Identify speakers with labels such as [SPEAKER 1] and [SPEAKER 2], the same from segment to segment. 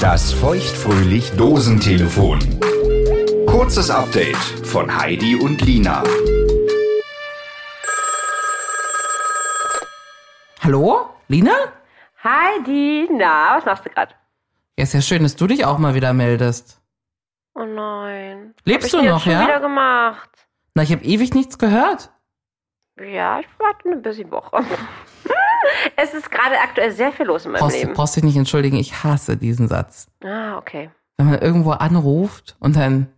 [SPEAKER 1] Das feuchtfröhlich Dosentelefon. Kurzes Update von Heidi und Lina.
[SPEAKER 2] Hallo? Lina?
[SPEAKER 3] Heidi, na, was machst du gerade?
[SPEAKER 2] Ja, ist ja schön, dass du dich auch mal wieder meldest.
[SPEAKER 3] Oh nein.
[SPEAKER 2] Lebst
[SPEAKER 3] Hab
[SPEAKER 2] du
[SPEAKER 3] ich dir
[SPEAKER 2] noch,
[SPEAKER 3] schon
[SPEAKER 2] ja?
[SPEAKER 3] wieder gemacht.
[SPEAKER 2] Na, ich habe ewig nichts gehört.
[SPEAKER 3] Ja, ich warte eine busy Woche. es ist gerade aktuell sehr viel los in meinem
[SPEAKER 2] Brauchst,
[SPEAKER 3] Leben.
[SPEAKER 2] brauchst dich nicht entschuldigen, ich hasse diesen Satz.
[SPEAKER 3] Ah, okay.
[SPEAKER 2] Wenn man irgendwo anruft und dann,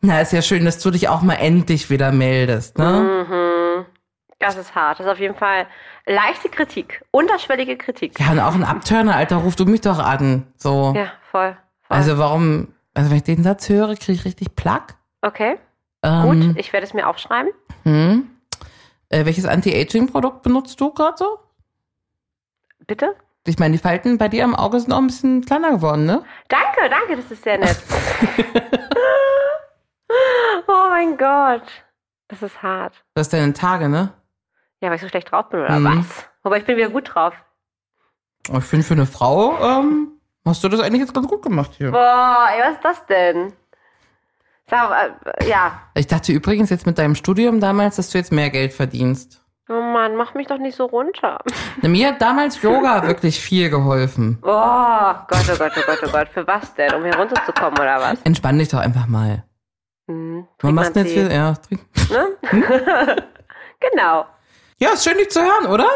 [SPEAKER 2] na, ist ja schön, dass du dich auch mal endlich wieder meldest, ne?
[SPEAKER 3] Mhm. Das ist hart. Das ist auf jeden Fall leichte Kritik, unterschwellige Kritik.
[SPEAKER 2] Ja, und auch ein Abturner, Alter, ruf du mich doch an. So.
[SPEAKER 3] Ja, voll. voll.
[SPEAKER 2] Also warum, also wenn ich den Satz höre, kriege ich richtig Plack.
[SPEAKER 3] okay,
[SPEAKER 2] Ähm,
[SPEAKER 3] gut. Ich werde es mir aufschreiben.
[SPEAKER 2] Hm. Äh, welches Anti-Aging-Produkt benutzt du gerade so?
[SPEAKER 3] Bitte?
[SPEAKER 2] Ich meine, die Falten bei dir am Auge sind auch ein bisschen kleiner geworden, ne?
[SPEAKER 3] Danke, danke, das ist sehr nett. oh mein Gott. Das ist hart.
[SPEAKER 2] Du hast deine Tage, ne?
[SPEAKER 3] Ja, weil ich so schlecht drauf bin, oder
[SPEAKER 2] Mhm.
[SPEAKER 3] was? Wobei ich bin wieder gut drauf.
[SPEAKER 2] Aber Ich finde, für eine Frau ähm, hast du das eigentlich jetzt ganz gut gemacht hier.
[SPEAKER 3] Boah, ey, was ist das denn? Sag, äh, ja.
[SPEAKER 2] Ich dachte übrigens jetzt mit deinem Studium damals, dass du jetzt mehr Geld verdienst.
[SPEAKER 3] Oh Mann, mach mich doch nicht so runter.
[SPEAKER 2] Na, mir hat damals Yoga wirklich viel geholfen.
[SPEAKER 3] Boah, Gott, oh Gott, oh Gott, oh Gott. Für was denn? Um hier runterzukommen, oder was?
[SPEAKER 2] Entspann dich doch einfach mal.
[SPEAKER 3] Hm,
[SPEAKER 2] Was
[SPEAKER 3] trink
[SPEAKER 2] machst du
[SPEAKER 3] mal
[SPEAKER 2] jetzt
[SPEAKER 3] einen
[SPEAKER 2] wieder? Ja, trink.
[SPEAKER 3] Tee, ne? genau.
[SPEAKER 2] ja, ist schön, dich zu hören, oder?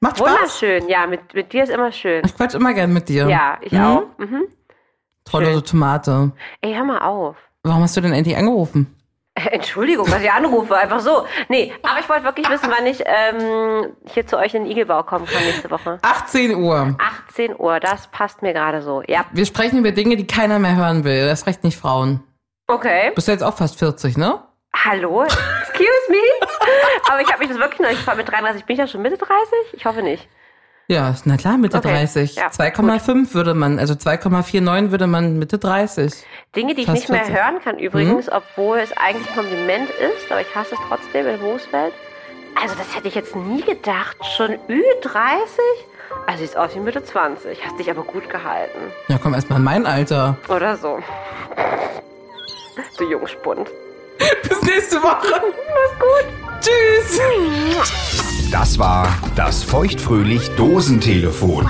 [SPEAKER 2] Macht Spaß.
[SPEAKER 3] Wunderschön. Ja, mit, mit dir ist immer schön.
[SPEAKER 2] Ich quatsch immer gern mit dir.
[SPEAKER 3] Ja, ich
[SPEAKER 2] Mhm.
[SPEAKER 3] auch. Mhm.
[SPEAKER 2] Tolle Tomate.
[SPEAKER 3] Ey, hör mal auf.
[SPEAKER 2] Warum hast du denn endlich angerufen?
[SPEAKER 3] Entschuldigung, dass ich anrufe, einfach so. Nee, aber ich wollte wirklich wissen, wann ich ähm, hier zu euch in den Igelbau kommen kann nächste Woche.
[SPEAKER 2] 18 Uhr.
[SPEAKER 3] 18 Uhr, das passt mir gerade so. Ja,
[SPEAKER 2] Wir sprechen über Dinge, die keiner mehr hören will. Das reicht nicht Frauen.
[SPEAKER 3] okay.
[SPEAKER 2] Bist du jetzt auch fast 40, ne?
[SPEAKER 3] Hallo? Excuse me? Aber ich habe mich das wirklich noch nicht ver- mit 33. Bin ich ja schon Mitte 30? Ich hoffe nicht.
[SPEAKER 2] Ja, ist- na klar, Mitte
[SPEAKER 3] Okay,
[SPEAKER 2] 30.
[SPEAKER 3] ja,
[SPEAKER 2] 2,5 würde man, also 2,49 würde man Mitte 30.
[SPEAKER 3] Dinge, die ich
[SPEAKER 2] Fast
[SPEAKER 3] nicht mehr
[SPEAKER 2] 40.
[SPEAKER 3] hören kann übrigens, obwohl es eigentlich ein Kompliment ist, aber ich hasse es trotzdem in der Berufswelt. Also das hätte ich jetzt nie gedacht. Schon Ü30? Also sieht aus wie Mitte 20. Hast dich aber gut gehalten.
[SPEAKER 2] Ja, komm erst mal in mein Alter.
[SPEAKER 3] Oder so. Du Jungspund.
[SPEAKER 2] Bis nächste Woche. Mach's gut. Tschüss.
[SPEAKER 1] Das war das feuchtfröhlich Dosentelefon.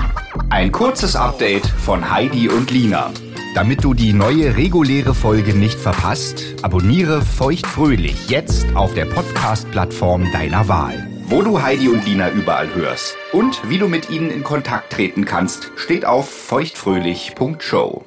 [SPEAKER 1] Ein kurzes Update von Heidi und Lina. Damit du die neue reguläre Folge nicht verpasst, abonniere feuchtfröhlich jetzt auf der Podcast-Plattform deiner Wahl. Wo du Heidi und Lina überall hörst und wie du mit ihnen in Kontakt treten kannst, steht auf feuchtfröhlich.show.